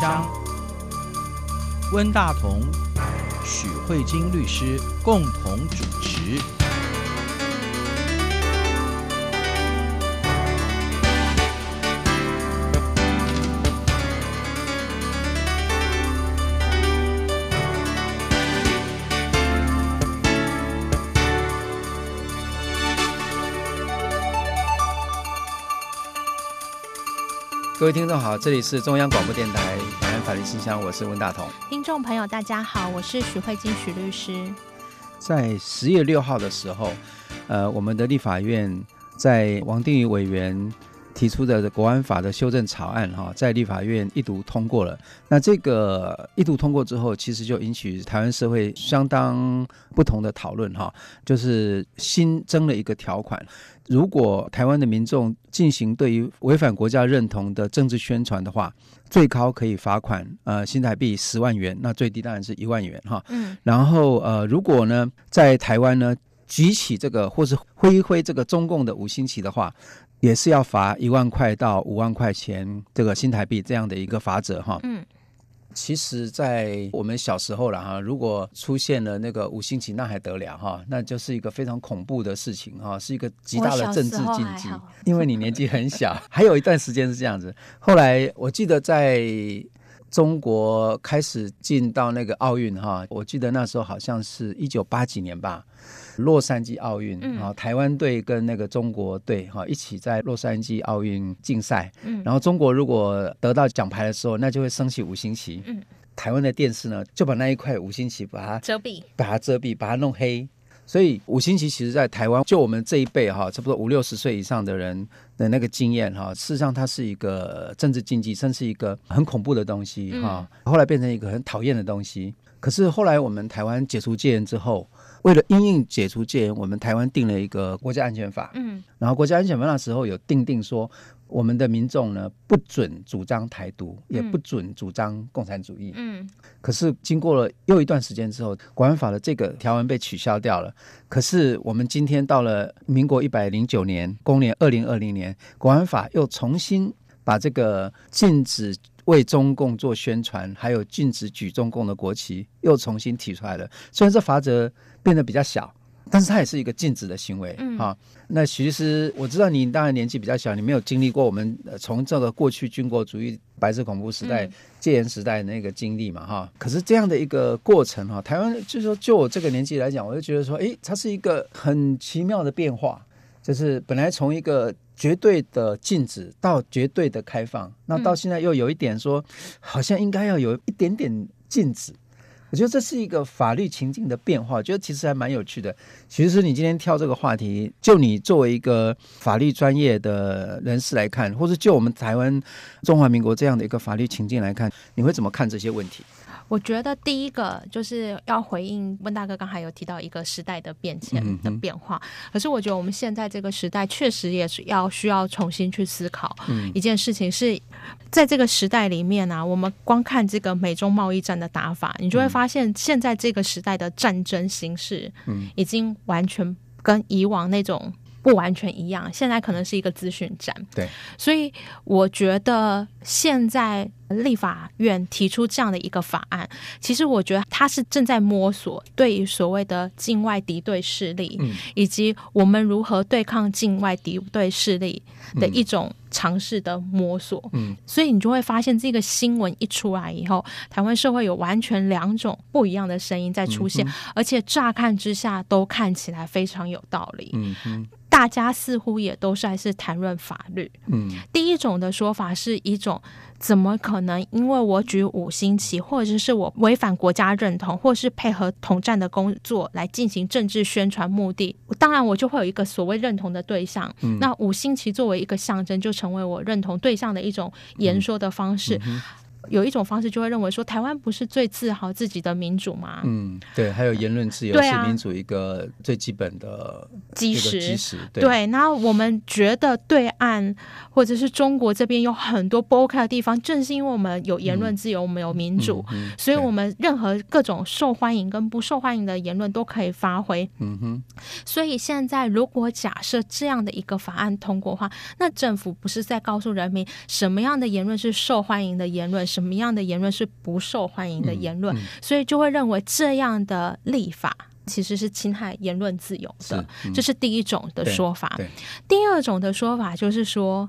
章，温大同、许慧晶律师共同主持。各位听众好，这里是中央广播电台两岸法律信箱，我是温大同。听众朋友，大家好，我是许慧金许律师。在十月六号的时候，呃，我们的立法院在王定宇委员提出的国安法的修正草案哈、在立法院一读通过了。那这个一读通过之后，其实就引起台湾社会相当不同的讨论哈、就是新增了一个条款，如果台湾的民众进行对于违反国家认同的政治宣传的话，最高可以罚款呃新台币十万元，那最低当然是一万元哈。嗯，然后呃，如果呢在台湾呢举起这个或是挥挥这个中共的五星旗的话，也是要罚一万块到五万块钱这个新台币这样的一个罚则哈。嗯，其实，在我们小时候了哈，如果出现了那个五星旗，那还得了哈？那就是一个非常恐怖的事情哈，是一个极大的政治我小时禁候还忌好。因为你年纪很小，还有一段时间是这样子。后来我记得在中国开始进到那个奥运哈，我记得那时候好像是一九八几年吧，洛杉矶奥运嗯啊，台湾队跟那个中国队哈一起在洛杉矶奥运竞赛，嗯然后中国如果得到奖牌的时候，那就会升起五星旗，嗯台湾的电视呢就把那一块五星旗把它遮蔽。把它遮蔽，把它弄黑。所以五星旗其实，在台湾，就我们这一辈哈，差不多五六十岁以上的人的那个经验哈，事实上它是一个政治禁忌，甚至一个很恐怖的东西哈。后来变成一个很讨厌的东西。可是后来我们台湾解除戒严之后，为了因应解除戒严，我们台湾定了一个国家安全法。嗯然后国家安全法那时候有定定说，我们的民众呢不准主张台独，也嗯不准主张共产主义。嗯可是经过了又一段时间之后，国安法的这个条文被取消掉了。可是我们今天到了民国一百零九年，公年二零二零年，国安法又重新把这个禁止为中共做宣传，还有禁止举中共的国旗又重新提出来了。虽然这罚则变得比较小。但是它也是一个禁止的行为，嗯啊，那徐律师，我知道你当然年纪比较小，你没有经历过我们呃从这个过去军国主义、白色恐怖时代嗯戒严时代那个经历嘛，哈。可是这样的一个过程哈，台湾就是说，就我这个年纪来讲，我就觉得说，诶，它是一个很奇妙的变化，就是本来从一个绝对的禁止到绝对的开放，那到现在又有一点说，好像应该要有一点点禁止。我觉得这是一个法律情境的变化，我觉得其实还蛮有趣的。其实你今天挑这个话题，就你作为一个法律专业的人士来看，或者就我们台湾中华民国这样的一个法律情境来看，你会怎么看这些问题？我觉得第一个就是要回应温大哥刚才有提到一个时代的变迁嗯哼的变化，可是我觉得我们现在这个时代确实也是要需要重新去思考嗯一件事情是。在这个时代里面啊，我们光看这个美中贸易战的打法，你就会发现现在这个时代的战争形势，嗯，已经完全跟以往那种不完全一样，现在可能是一个资讯战。对，所以我觉得现在立法院提出这样的一个法案，其实我觉得它是正在摸索对于所谓的境外敌对势力，嗯以及我们如何对抗境外敌对势力的一种尝试的摸索。嗯，所以你就会发现，这个新闻一出来以后，台湾社会有完全两种不一样的声音在出现，嗯而且乍看之下都看起来非常有道理。嗯嗯大家似乎也都是还是谈论法律。嗯第一种的说法是一种，怎么可能？因为我举五星旗，或者是我违反国家认同，或是配合统战的工作来进行政治宣传目的，当然我就会有一个所谓认同的对象。嗯那五星旗作为一个象征，就成为我认同对象的一种言说的方嗯式。有一种方式就会认为说，台湾不是最自豪自己的民主吗？嗯，对，还有言论自由对是啊民主一个最基本的基一个石基石，对，那我们觉得对岸或者是中国这边有很多不 OK 的地方，正是因为我们有言论自由，我们有民主，嗯所以对我们任何各种受欢迎跟不受欢迎的言论都可以发挥。嗯哼，所以现在如果假设这样的一个法案通过的话，那政府不是在告诉人民什么样的言论是受欢迎的言论，什么样的言论是不受欢迎的言论，嗯嗯所以就会认为这样的立法其实是侵害言论自由的，是嗯这是第一种的说法对对。第二种的说法就是说，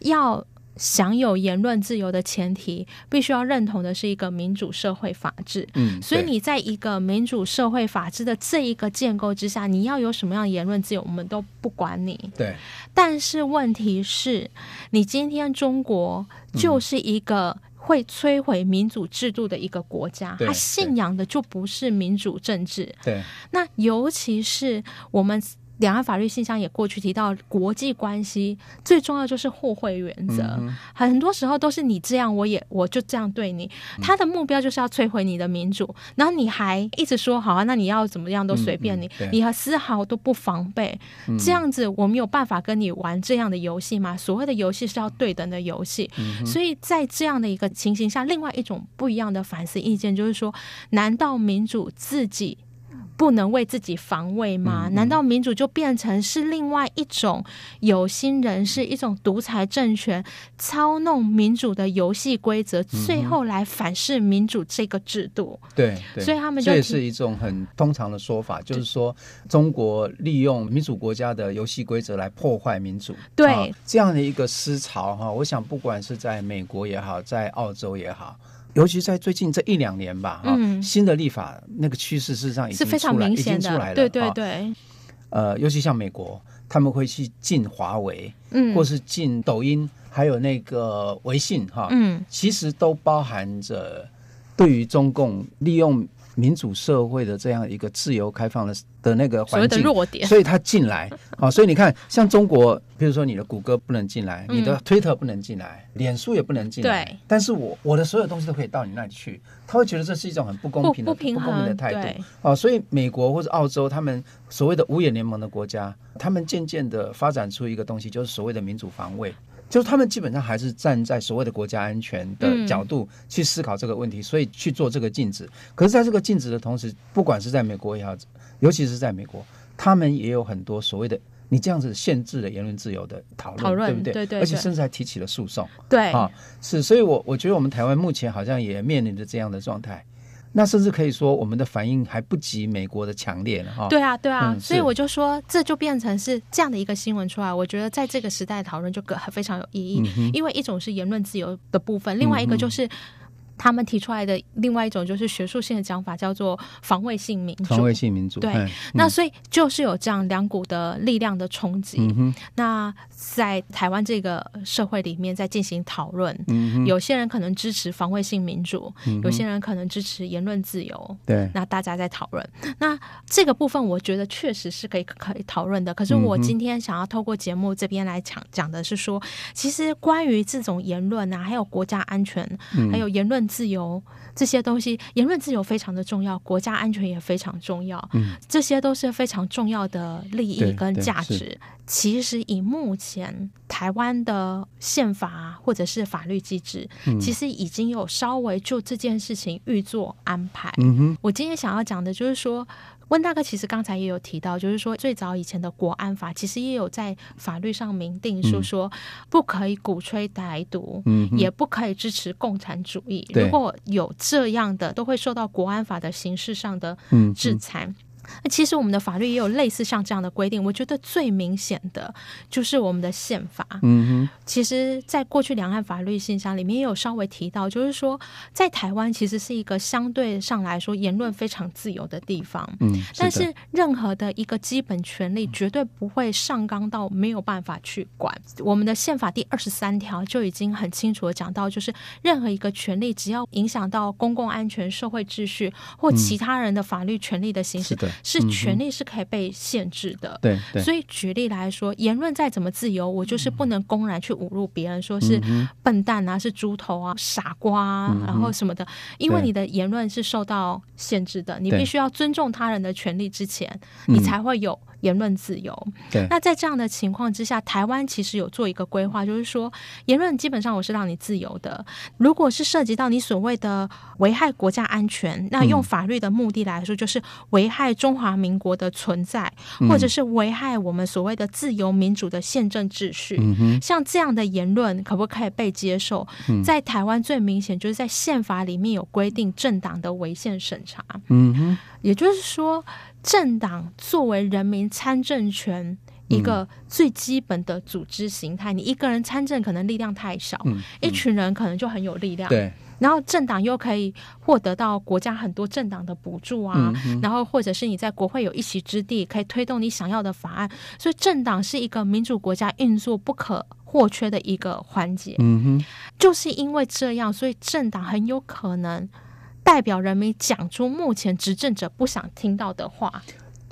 要享有言论自由的前提，必须要认同的是一个民主社会法治。嗯，所以对你在一个民主社会法治的这一个建构之下，你要有什么样的言论自由，我们都不管你。对但是问题是，你今天中国就是一个会摧毁民主制度的一个国家，对它信仰的就不是民主政治。对那尤其是我们。两岸法律信箱也过去提到，国际关系最重要就是互惠原则。嗯很多时候都是你这样，我也我就这样对你。嗯他的目标就是要摧毁你的民主，然后你还一直说好啊，那你要怎么样都随便你，嗯嗯对嗯你还丝毫都不防备。这样子，我们有办法跟你玩这样的游戏吗？所谓的游戏是要对等的游戏，嗯所以在这样的一个情形下，另外一种不一样的反思意见就是说，难道民主自己？不能为自己防卫吗？嗯难道民主就变成是另外一种有心人士、一种独裁政权操弄民主的游戏规嗯则，最后来反噬民主这个制度？对对，所以他们就这也提是一种很通常的说法，就是说中国利用民主国家的游戏规则来破坏民主，对啊这样的一个思潮哈、我想不管是在美国也好，在澳洲也好。尤其在最近这一两年吧，哈、嗯新的立法那个趋势事实上已是经非常出来明显已经出来的，了，啊对对哈对，呃，尤其像美国，他们会去禁华为，嗯，或是进抖音，还有那个微信哈，嗯，其实都包含着对于中共利用民主社会的这样一个自由开放的的那个所谓环的境。弱点，所以他进 来啊，所以你看，像中国，比如说你的谷歌不能进来，嗯你的推特不能进来，脸书也不能进来对，但是我我的所有东西都可以到你那里去，他会觉得这是一种很不公不平的、不平公平的衡，态度。对，哦，所以美国或者澳洲，他们所谓的五眼联盟的国家，他们渐渐的发展出一个东西，就是所谓的民主防卫，就是他们基本上还是站在所谓的国家安全的嗯角度去思考这个问题，所以去做这个禁止。可是，在这个禁止的同时，不管是在美国也好，尤其是在美国，他们也有很多所谓的。你这样子限制了言论自由的讨论，讨论对不对？对对而且对甚至还提起了诉讼。对，啊，是，所以我我觉得我们台湾目前好像也面临着这样的状态，那甚至可以说我们的反应还不及美国的强烈了哈。对啊，对啊，嗯所以是我就说，这就变成是这样的一个新闻出来。我觉得在这个时代讨论就更非常有意嗯义，因为一种是言论自由的部分，另外一个就是。他们提出来的另外一种就是学术性的讲法，叫做防卫性民主。防卫性民主，对嗯那所以就是有这样两股的力量的冲击。嗯哼，那在台湾这个社会里面，在进行讨论，嗯哼，嗯有些人可能支持防卫性民主，有些人可能支持言论自由，对，那大家在讨论，那这个部分我觉得确实是可以可以讨论的。可是嗯我今天想要透过节目这边来讲讲的是说，其实关于这种言论啊，还有国家安全，嗯还有言论自由这些东西，言论自由非常的重要，国家安全也非常重要，嗯这些都是非常重要的利益对跟对价是值。其实以目前台湾的宪法啊或者是法律机制，嗯其实已经有稍微就这件事情预做安排。嗯哼，我今天想要讲的就是说，温大哥其实刚才也有提到，就是说最早以前的国安法其实也有在法律上明定说说不可以鼓吹台独。嗯哼，也不可以支持共产主义。对如果有这样的，都会受到国安法的形式上的嗯制裁。那其实我们的法律也有类似像这样的规定，我觉得最明显的就是我们的宪法。嗯哼，其实，在过去两岸法律信箱里面也有稍微提到，就是说，在台湾其实是一个相对上来说言论非常自由的地方。嗯，但是的是任何的一个基本权利绝对不会上纲到没有办法去管。我们的宪法第二十三条就已经很清楚的讲到，就是任何一个权利只要影响到公共安全、社会秩序或其他人的法律权利的行嗯使，是的嗯是权利是可以被限制的。对对，所以举例来说，言论再怎么自由，我就是不能公然去侮辱别人，说是笨蛋啊，是猪头啊，傻瓜啊，然后什么的，因为对你的言论是受到限制的，你对必须要尊重他人的权利之前，嗯你才会有言论自由。对那在这样的情况之下，台湾其实有做一个规划，就是说言论基本上我是让你自由的。如果是涉及到你所谓的危害国家安全，那嗯用法律的目的来说，就是危害中华民国的存在，嗯或者是危害我们所谓的自由民主的宪政秩序。嗯像这样的言论可不可以被接受？嗯在台湾最明显就是在宪法里面有规定政党的违宪审查。嗯哼，也就是说，政党作为人民参政权一嗯个最基本的组织形态，你一个人参政可能力量太小，嗯一群人可能就很有力量。对，然后政党又可以获得到国家很多政党的补助啊，嗯然后或者是你在国会有一席之地，可以推动你想要的法案。所以政党是一个民主国家运作不可或缺的一个环节。嗯哼，就是因为这样，所以政党很有可能代表人民讲出目前执政者不想听到的话。啊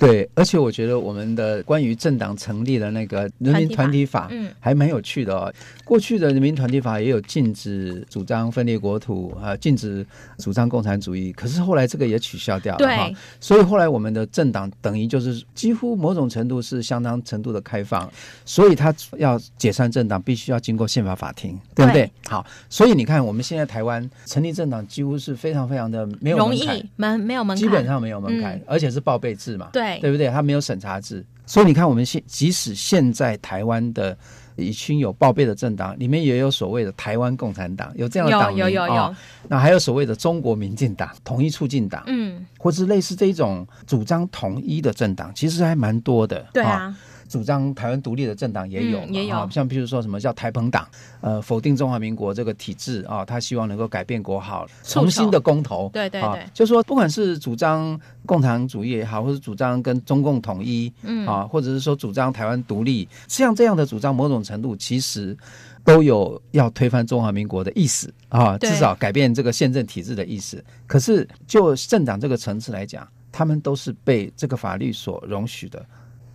对，而且我觉得我们的关于政党成立的那个人民团体法，嗯，还蛮有趣的哦。过去的人民团体法也有禁止主张分裂国土，啊，禁止主张共产主义，可是后来这个也取消掉了哈对。所以后来我们的政党等于就是几乎某种程度是相当程度的开放，所以他要解散政党必须要经过宪法法庭，对不对？好，所以你看我们现在台湾成立政党几乎是非常非常的没有容门槛易。门没有门槛，基本上没有门槛，嗯而且是报备制嘛，对对不对？它没有审查制，所以你看，我们现即使现在台湾的已经有报备的政党，里面也有所谓的台湾共产党，有这样的党名有有有哦有，那还有所谓的中国民进党、统一促进党，嗯，或是类似这一种主张统一的政党，其实还蛮多的。对哦啊，主张台湾独立的政党也有嘛、嗯也有哈像譬如说什么叫台澎党，呃，否定中华民国这个体制啊、他希望能够改变国好，求重新的公投，对对啊对就说不管是主张共产主义也好，或是主张跟中共统一，嗯啊，或者是说主张台湾独立，像这样的主张，某种程度其实都有要推翻中华民国的意思啊，至对少改变这个宪政体制的意思。可是就政党这个层次来讲，他们都是被这个法律所容许的，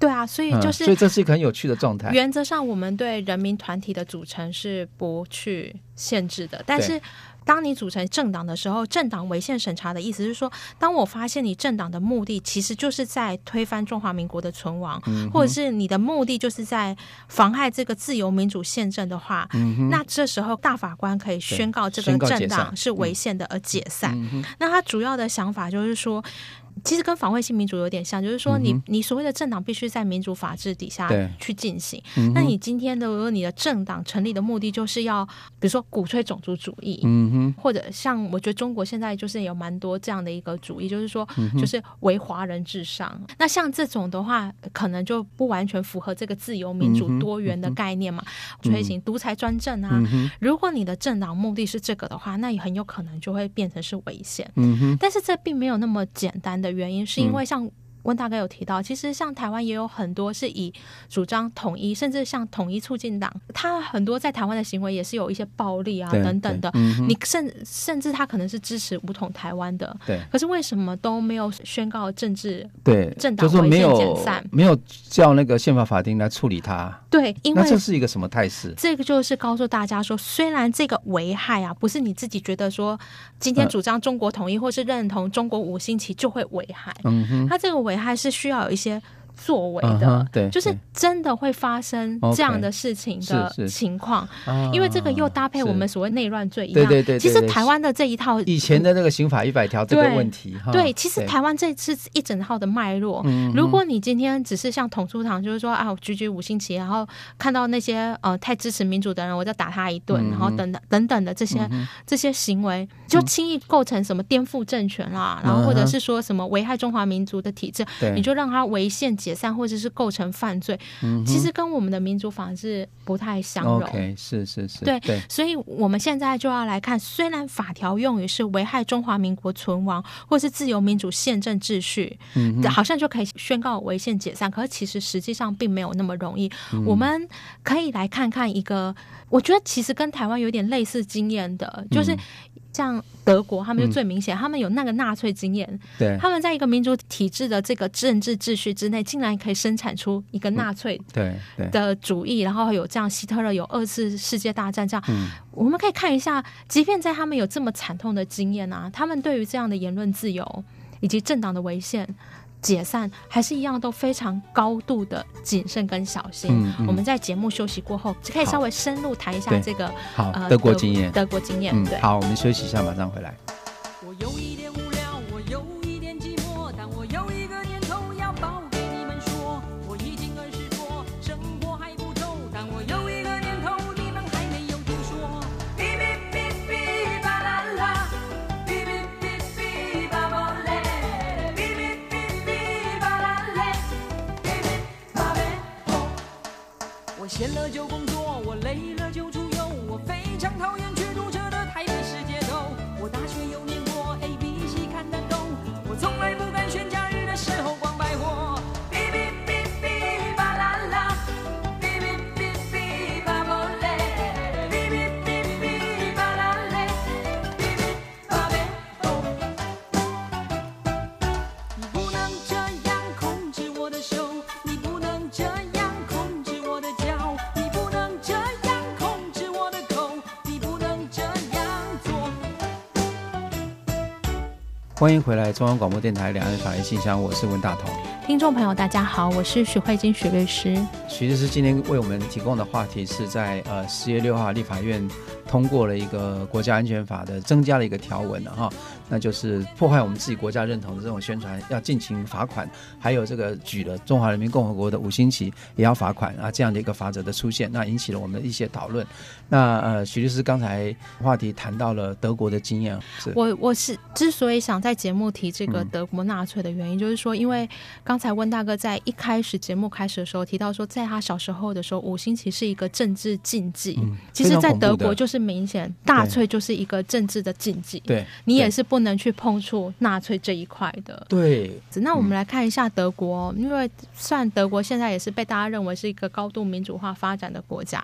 对啊，所以就嗯、所是以这是一个很有趣的状态。原则上我们对人民团体的组成是不去限制的，但是。当你组成政党的时候，政党违宪审查的意思是说，当我发现你政党的目的其实就是在推翻中华民国的存亡，嗯或者是你的目的就是在妨害这个自由民主宪政的话，那这时候大法官可以宣告这嗯个宣告解政党散嗯是违宪的而解散。那他主要的想法就是说，其实跟防卫性民主有点像，就是说你、你所谓的政党必须在民主法治底下嗯对嗯去进行。那你今天的如果你的政党成立的目的就是要，比如说鼓吹种族主义，嗯哼，或者像我觉得中国现在就是有蛮多这样的一个主义，就是说嗯就是为华人至上。那像这种的话，可能就不完全符合这个自由民主多元嗯的概念嘛，推行独裁专政啊。如果你的政党目的是这个的话，那也很有可能就会变成是违宪。嗯哼，但是这并没有那么简单的原因，是因为嗯像温大哥有提到，其实像台湾也有很多是以主张统一，甚至像统一促进党，他很多在台湾的行为也是有一些暴力啊对等等的对。嗯哼，你甚甚至他可能是支持武统台湾的，对可是为什么都没有宣告政治？对，政党就是说违没宪有解散没有叫那个宪法法庭来处理它，对，因为那这是一个什么态势？这个就是告诉大家说，虽然这个危害啊，不是你自己觉得说今天嗯主张中国统一或是认同中国五星旗就会危害，嗯哼，它这个危害是需要有一些作为嗯的哼，对就是对真的会发生这样的事情的 OK，是是情况，啊因为这个又搭配我们所谓内乱罪一样。对对对对其实对台湾的这一套以前的那个刑法一百条这个问题哈，对，其实台湾这次一整套的脉络，嗯如果你今天只是像统促堂，就是说啊，我举举五星旗，然后看到那些呃太支持民主的人，我就打他一顿，嗯然后等等等等的这些、这些行为，就轻易构成什么颠覆政权嗯啦，然后或者是说什么危害中华民族的体制，对你就让他违宪解散或者是构成犯罪，其实跟我们的民主法治不太相容。嗯 OK 是是是，对对所以我们现在就要来看，虽然法条用语是危害中华民国存亡或是自由民主宪政秩序，嗯、好像就可以宣告违宪解散，可是其实实际上并没有那么容易。嗯我们可以来看看一个，我觉得其实跟台湾有点类似经验的，就是。嗯像德国，他们就最明显，他们有那个纳粹经验，对他们在一个民主体制的这个政治秩序之内，竟然可以生产出一个嗯纳粹对对，的主义，然后有这样希特勒有二次世界大战这样，嗯我们可以看一下，即便在他们有这么惨痛的经验啊，他们对于这样的言论自由以及政党的违宪。解散，还是一样都非常高度的谨慎跟小心。嗯嗯我们在节目休息过后，可以稍微深入谈一下对这个呃好，德国经验。德国经验，嗯对，。好，我们休息一下，马上回来。我有一点无聊，我有一点寂寞，但我有一个念头要报给你们说。我已经二十多，生活还不够，但我有一个念头，你们还没有听说。哔哔哔哔巴啦啦，哔哔哔哔巴巴嘞，哔哔哔哔巴啦嘞，哔哔巴贝哦。我闲了就工作，我累了就出游，我非常讨厌去堵车的台北市街头。我大学有念过 A B C 看得懂，我从来不敢选假日的时候逛百货。哔哔哔哔巴啦啦，哔哔哔哔巴波嘞，哔哔哔哔巴啦嘞，哔哔巴贝哦。你不能这样控制我的手，你不能这样控制我的脚，你不能这样控制我的口，你不能这样做。欢迎回来，中央广播电台两岸法律信箱，我是文大同。听众朋友，大家好，我是许慧金许律师。徐律师今天为我们提供的话题是在呃十月六号，立法院通过了一个国家安全法的增加了一个条文了哈，那就是破坏我们自己国家认同的这种宣传要进行罚款，还有这个举了中华人民共和国的五星旗也要罚款啊这样的一个法则的出现，那引起了我们一些讨论。那呃徐律师刚才话题谈到了德国的经验，是我我是之所以想在节目提这个嗯德国纳粹的原因，就是说，因为刚才温大哥在一开始节目开始的时候提到说，在他小时候的时候，五星旗是一个政治禁忌。嗯其实，在非德常恐怖国的就是明显，纳粹就是一个政治的禁忌，对你也对是不能去碰触纳粹这一块的。对那我们来看一下德国，哦因为算德国现在也是被大家认为是一个高度民主化发展的国家。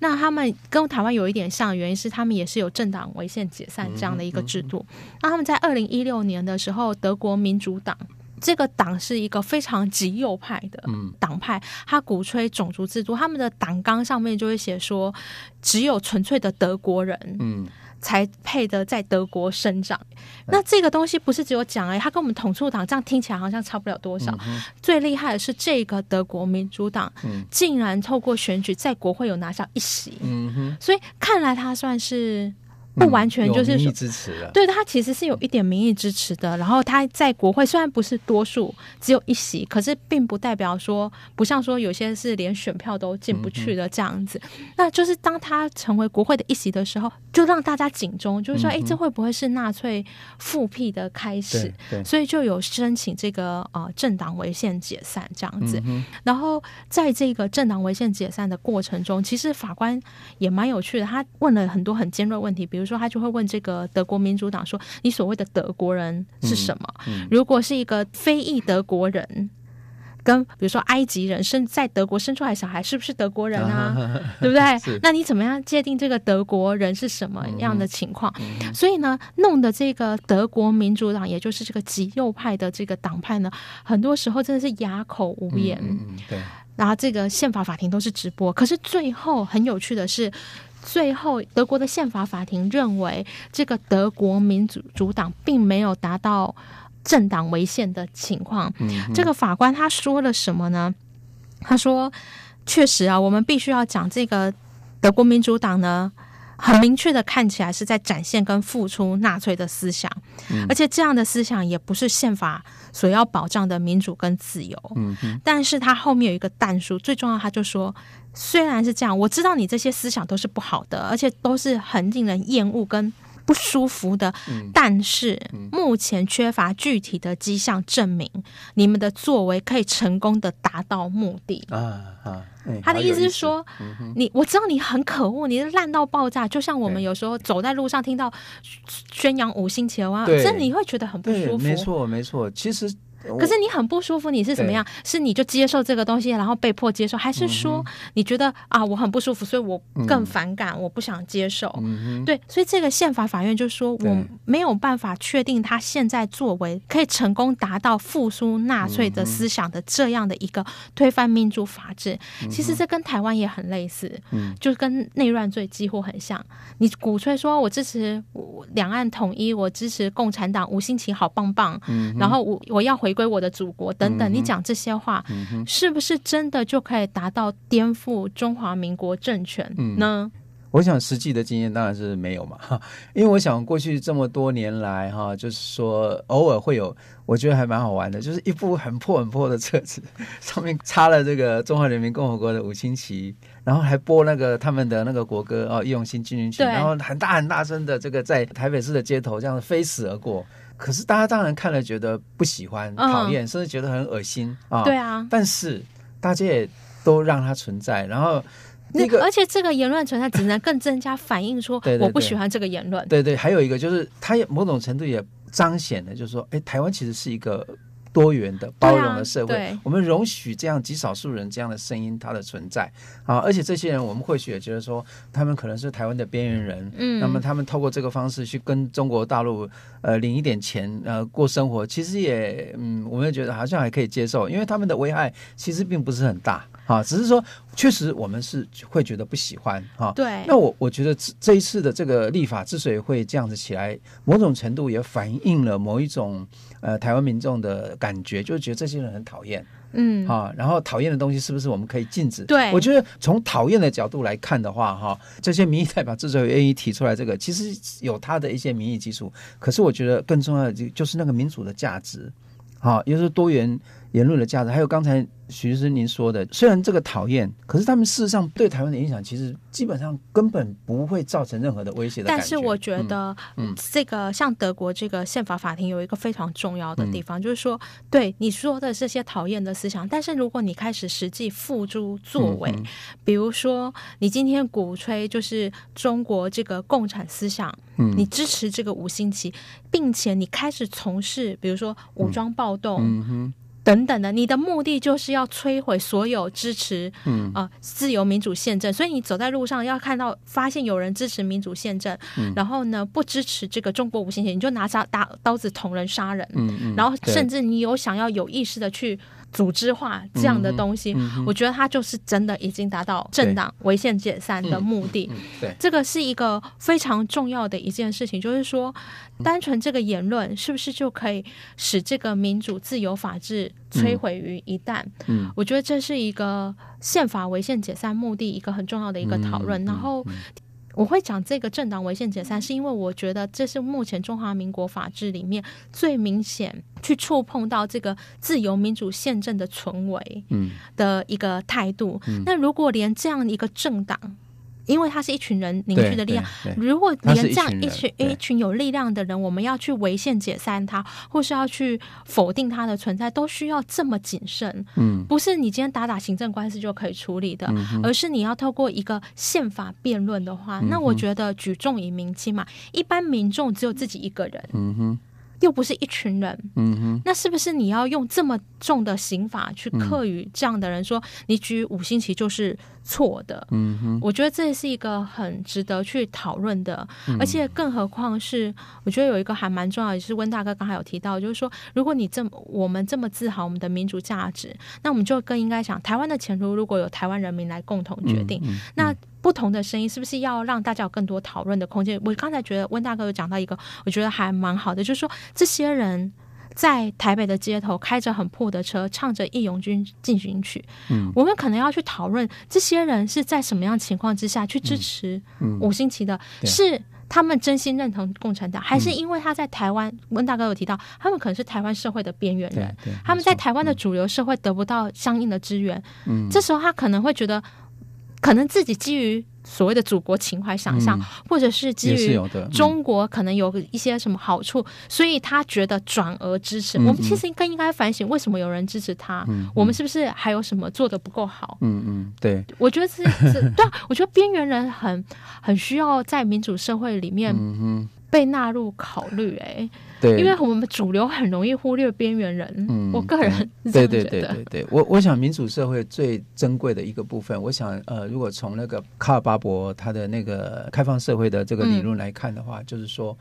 那他们跟台湾有一点像，原因是他们也是有政党违宪解散这样的一个制度。那他们在二零一六年的时候，德国民主党。这个党是一个非常极右派的嗯党派，他鼓吹种族制度。他们的党纲上面就会写说，只有纯粹的德国人，嗯才配得在德国生长。那这个东西不是只有讲哎、它跟我们统促党这样听起来好像差不了多少。嗯最厉害的是这个德国民主党、竟然透过选举在国会有拿下一席，嗯哼，所以看来他算是不完全就是有民说意支持了。对他其实是有一点民意支持的，然后他在国会虽然不是多数，只有一席，可是并不代表说不像说有些是连选票都进不去的这样子。那就是当他成为国会的一席的时候，就让大家警钟，就是说，哎、这会不会是纳粹复辟的开始对？对，所以就有申请这个呃政党违宪解散这样子。嗯然后在这个政党违宪解散的过程中，其实法官也蛮有趣的，他问了很多很尖锐的问题，比如说他就会问这个德国民主党说：“你所谓的德国人是什么？嗯如果是一个非裔德国人。”跟比如说埃及人生在德国生出来的小孩是不是德国人啊？对不对是？嗯那你怎么样界定这个德国人是什么样的情况？所以呢，弄的这个德国民主党，也就是这个极右派的这个党派呢，很多时候真的是哑口无言。嗯嗯，对，然后这个宪法法庭都是直播，可是最后很有趣的是。最后，德国的宪法法庭认为，这个德国民主主党并没有达到政党违宪的情况。嗯这个法官他说了什么呢？他说：“确实啊，我们必须要讲这个德国民主党呢，很明确的看起来是在展现跟付出纳粹的思想，嗯而且这样的思想也不是宪法所要保障的民主跟自由。嗯哼，但是他后面有一个淡书，最重要，他就说，虽然是这样，我知道你这些思想都是不好的，而且都是很令人厌恶跟不舒服的，嗯但是目前缺乏具体的迹象证明你们的作为可以成功的达到目的。啊啊，哎他的意思是，好有嗯说，你我知道你很可恶，你是烂到爆炸，就像我们对有时候走在路上听到宣扬五星旗的话，对这你会觉得很不对，舒服。没错没错。其实我，可是你很不舒服，你是怎么样？是你就接受这个东西，然后被迫接受，还是嗯说你觉得、啊我很不舒服，所以我更反感，我不想接受？嗯对，所以这个宪法法院就说对我没有办法确定他现在作为可以成功达到复苏纳粹嗯的思想的这样的一个推翻民主法治。其实这跟台湾也很类似，嗯就跟内乱罪几乎很像。你鼓吹说我支嗯持我两岸统一，我支持共产党，五星旗好棒棒，然后我我要回回归我的祖国等等，你讲这些话，嗯是不是真的就可以达到颠覆中华民国政权呢？我想实际的经验当然是没有嘛，哈，因为我想过去这么多年来哈，就是说偶尔会有，我觉得还蛮好玩的，就是一部很破很破的册子， 上面插了这个中华人民共和国的五星旗，然后还播那个他们的那个国歌哦，《义勇新军军旗》，对然后很大很大声的这个在台北市的街头这样飞驰而过。可是大家当然看了觉得不喜欢、嗯讨厌，甚至觉得很恶心啊。对啊，但是大家也都让它存在，然后那个而且这个言论存在，只能更增加反映说对对对我不喜欢这个言论。对对，还有一个就是，它也某种程度也彰显了，就是说，哎，台湾其实是一个多元的、包容的社会，对我们容许这样极少数人这样的声音它的存在啊，而且这些人我们或许也觉得说，他们可能是台湾的边缘人，嗯那么他们透过这个方式去跟中国大陆呃领一点钱呃过生活，其实也嗯，我们也觉得好像还可以接受，因为他们的危害其实并不是很大啊，只是说确实我们是会觉得不喜欢啊，对那我我觉得这这一次的这个立法之所以会这样子起来，某种程度也反映了某一种呃台湾民众的感觉，就是觉得这些人很讨厌嗯，啊，然后讨厌的东西是不是我们可以禁止？对我觉得从讨厌的角度来看的话，哈、这些民意代表之所以愿意提出来这个，其实有他的一些民意基础，可是我觉得更重要的就就是那个民主的价值。啊，也就是多元言论的价值，还有刚才徐律师您说的，虽然这个讨厌，可是他们事实上对台湾的影响，其实基本上根本不会造成任何的威胁的感但觉。是我觉嗯、得嗯这个像德国这个宪法法庭有一个非常重要的嗯地方，就是说，对你说的这些讨厌的思想，但是如果你开始实际付诸作为，嗯比如说你今天鼓吹就是中国这个共产思想，嗯你支持这个五星旗，并且你开始从事比如说嗯武装暴动，等等的，你的目的就是要摧毁所有支持，嗯啊、自由民主宪政。所以你走在路上要看到发现有人支持民主宪政，嗯然后呢不支持这个中国无限血，你就拿刀打刀子捅人杀人，嗯嗯，然后对甚至你有想要有意识的去组织化这样嗯的东西，我觉得它就是真的已经达到政党违宪解散的目的。嗯对，这个是一个非常重要的一件事情，就是说，单纯这个言论是不是就可以使这个民主、自由、法治摧毁于一旦？嗯，我觉得这是一个宪法违宪解散目的一个很重要的一个讨论。然后嗯我会讲这个政党违宪解散，是因为我觉得这是目前中华民国法治里面最明显去触碰到这个自由民主宪政的存为嗯的一个态度。那如果连这样一个政党，因为它是一群人凝聚的力量，，对对对如果他连是这一样群一人群对一群有力量的人，我们要去违宪解散它，或是要去否定它的存在，都需要这么谨慎。嗯，不是你今天打打行政官司就可以处理的，而是你要透过一个宪法辩论的话，嗯那我觉得举重以明轻嘛，一般民众只有自己一个人，嗯哼，又不是一群人，嗯哼，嗯那是不是你要用这么重的刑法去课予这样的人说，你举五星旗就是错的？嗯哼，我觉得这是一个很值得去讨论的，而且更何况是我觉得有一个还蛮重要的，也是温大哥刚才有提到，就是说，如果你这么我们这么自豪我们的民主价值，那我们就更应该想，台湾的前途如果有台湾人民来共同决定，嗯那。不同的声音是不是要让大家有更多讨论的空间？我刚才觉得温大哥有讲到一个，我觉得还蛮好的，就是说这些人在台北的街头开着很破的车，唱着《义勇嗯军进行曲》，我们可能要去讨论这些人是在什么样情况之下去支持五星旗的，嗯对嗯是他们真心认同共产党，还是因为他在台湾？温大哥有提到，他们可能是台湾社会的边缘对人，对，他们在没错嗯台湾的主流社会得不到相应的支援，这时候他可能会觉得，可能自己基于所谓的祖国情怀想象，嗯或者是基也是于有的嗯中国可能有一些什么好处，所以他觉得转而支持。嗯我们其实更应该反省，为什么有人支持他？我们是不是还有什么做的不够好？嗯嗯，对，我觉得是， 是对啊，我觉得边缘人很很需要在民主社会里面嗯哼，被纳入考虑、哎、对，因为我们主流很容易忽略边缘人。嗯我个人是这对样觉对得。对对对，我我想民主社会最珍贵的一个部分，我想呃，如果从那个卡尔巴伯他的那个开放社会的这个理论来看的话，就是说，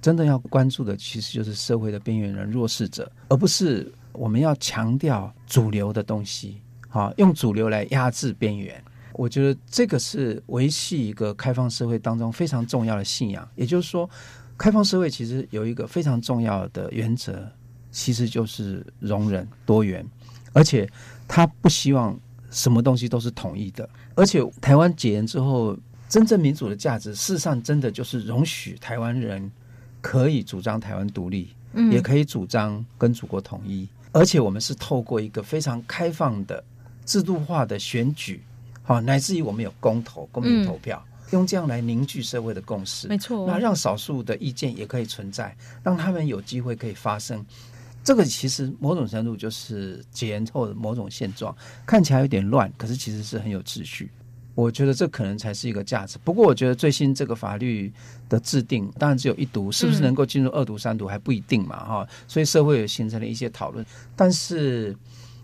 真的要关注的其实就是社会的边缘人、弱势者，而不是我们要强调主流的东西，啊，用主流来压制边缘。我觉得这个是维系一个开放社会当中非常重要的信仰，也就是说，开放社会其实有一个非常重要的原则，其实就是容忍多元，而且他不希望什么东西都是统一的。而且台湾解严之后，真正民主的价值，事实上真的就是容许台湾人可以主张台湾独立，嗯也可以主张跟祖国统一。而且我们是透过一个非常开放的制度化的选举，好，乃至于我们有公投、公民投票，用这样来凝聚社会的共识。没错，那让少数的意见也可以存在，让他们有机会可以发声。这个其实某种程度就是解严后的某种现状，看起来有点乱，可是其实是很有秩序。我觉得这可能才是一个价值。不过，我觉得最新这个法律的制定，当然只有一读，是不是能够进入二读、三读还不一定嘛，哈、所以社会也形成了一些讨论。但是，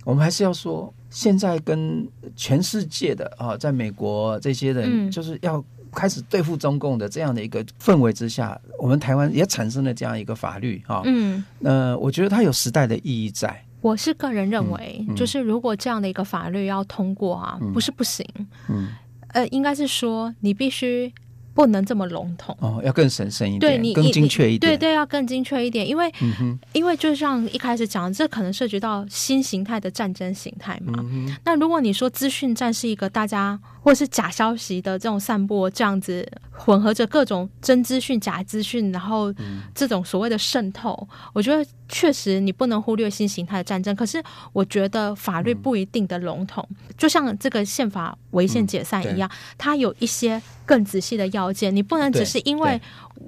我们还是要说，现在跟全世界的啊，在美国这些人，嗯就是要开始对付中共的这样的一个氛围之下，我们台湾也产生了这样一个法律啊。嗯。那我觉得它有时代的意义在，我是个人认为，嗯嗯就是如果这样的一个法律要通过啊，不是不行，嗯，呃，应该是说你必须不能这么笼统，哦，要更神圣一对点，你更精确一点，对对，要更精确一点，因为、嗯哼，因为就像一开始讲，这可能涉及到新形态的战争形态嘛。嗯哼，那如果你说资讯战是一个大家或是假消息的这种散播，这样子混合着各种真资讯、假资讯，然后嗯这种所谓的渗透，我觉得确实你不能忽略新形态的战争。可是我觉得法律不一定的笼统，就像这个宪法违宪解散一样，它有一些更仔细的要件，你不能嗯只对是因为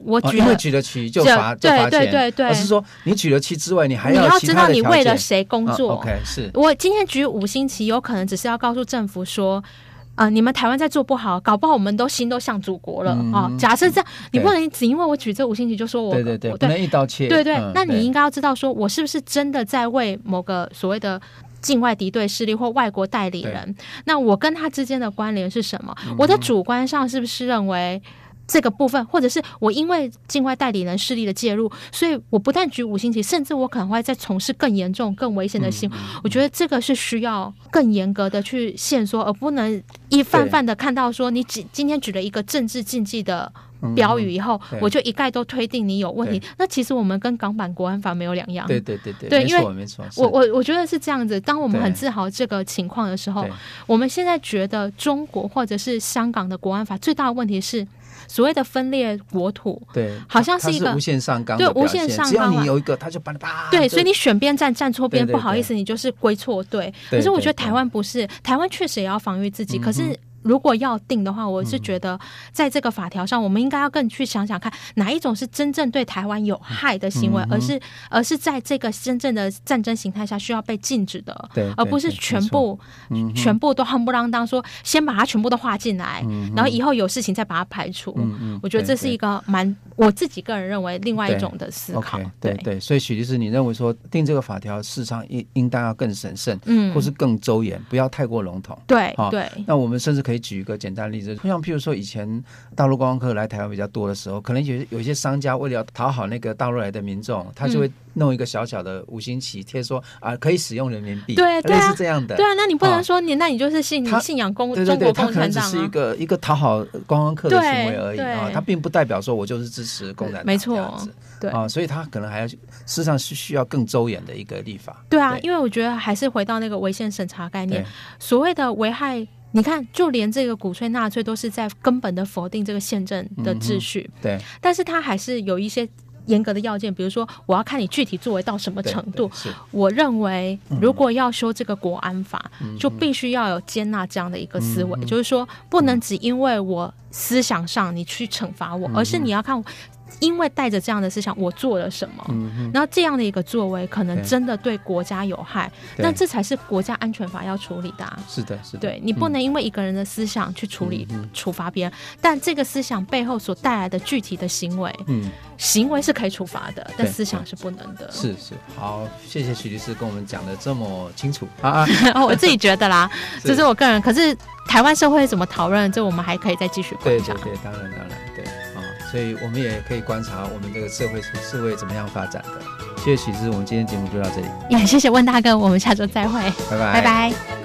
我哦举因了为举了旗就这罚就罚对对钱，对对而是说你举了旗之外，你还你有要其知他道的你条为件。哦了谁工作。 o k 是，我今天举五星旗，有可能只是要告诉政府说。呃，你们台湾在做不好，搞不好我们都心都向祖国了啊、嗯假设这样，你对不能只因为我举这五星旗就说我对对对，我不能一刀切，对对，嗯那你应该要知道，说我是不是真的在为某个所谓的境外敌对势力或外国代理人？那我跟他之间的关联是什么？我嗯的主观上是不是认为？这个部分，或者是我因为境外代理人势力的介入，所以我不但举五星旗，甚至我可能会再从事更严重、更危险的嗯行为。我觉得这个是需要更严格的去限缩，而不能一泛对泛的看到说你只今天举了一个政治禁忌的嗯标语以后，对我就一概都推定你有问题。那其实我们跟港版国安法没有两样。对对对对，对没因为错没错，是我我我觉得是这样子。当我们对很自豪这个情况的时候对，我哦们现在觉得中国或者是香港的国安法最大的问题是所谓的分裂国土，对，好像它一个无限上纲对的表无限现上只要纲啊你有一个，他就把你啪，对，就所以你选边站站错边，啊对对不好意思，你就是归错队。对可是我觉得对对嗯台湾不是，台湾确实也要防御自己，可是。如果要定的话，我是觉得在这个法条上，我们应该要更去想想看，哪一种是真正对台湾有害的行为，嗯而是而是在这个真正的战争形态下需要被禁止的，对对而不是对没全错嗯部全部都夯不啷当说先把它全部都划进来，然后以后有事情再把它排除。嗯嗯我觉得对这是对一个蛮我自己个人认为另外一对种的思考 OK，。对对，所以许律师，你认为说定这个法条，事实上应应当要更审慎，嗯或是更周延，不要太过笼统。对好对，那我们甚至可以举一个简单的例子，像譬如说以前大陆观光客来台湾比较多的时候，可能有些有一些商家为了要讨好那个大陆来的民众，他嗯就会弄一个小小的五星旗贴说啊可以使用人民币，对对啊类似这样的，对啊，那你不啊能说你，那你就是信他信仰共对中对对，国他共可能产只是党一啊。个一个讨好观光客的行为而已对啊对，他并不代表说我就是支持共产党没错这样子对啊，所以他可能还要事实上是需要更周延的一个立法。对啊，因为我觉得还是回到那个违宪审查概念对，所谓的危害，你看，就连这个鼓吹纳粹都是在根本的否定这个宪政的秩序，对但是它还是有一些严格的要件，比如说我要看你具体作为到什么对程度对。是我认为，嗯如果要修这个国安法，就必须要有接纳这样的一个思嗯维，就是说，不能只因为我思想上你去惩罚嗯我，而是你要看我。因为带着这样的思想，我做了什么？然后这样的一个作为，可能嗯对真的对国家有害，对嗯那这才是国家安全法要处理的、啊。是的是的，对你不能因为一个人的思想去处理、嗯处罚别人，但这个思想背后所带来的具体的行为，嗯行为是可以处罚的，但对思想是不能的。是是好，谢谢许律师跟我们讲的这么清楚啊，啊哦，我自己觉得啦， 是这是我个人。可是台湾社会怎么讨论，这我们还可以再继续观 对察对。对，当然当然对啊，所以我们也可以观察我们这个社会是社会怎么样发展的。谢谢许律师，我们今天节目就到这里，也谢谢问大哥，我们下周再会，拜拜拜拜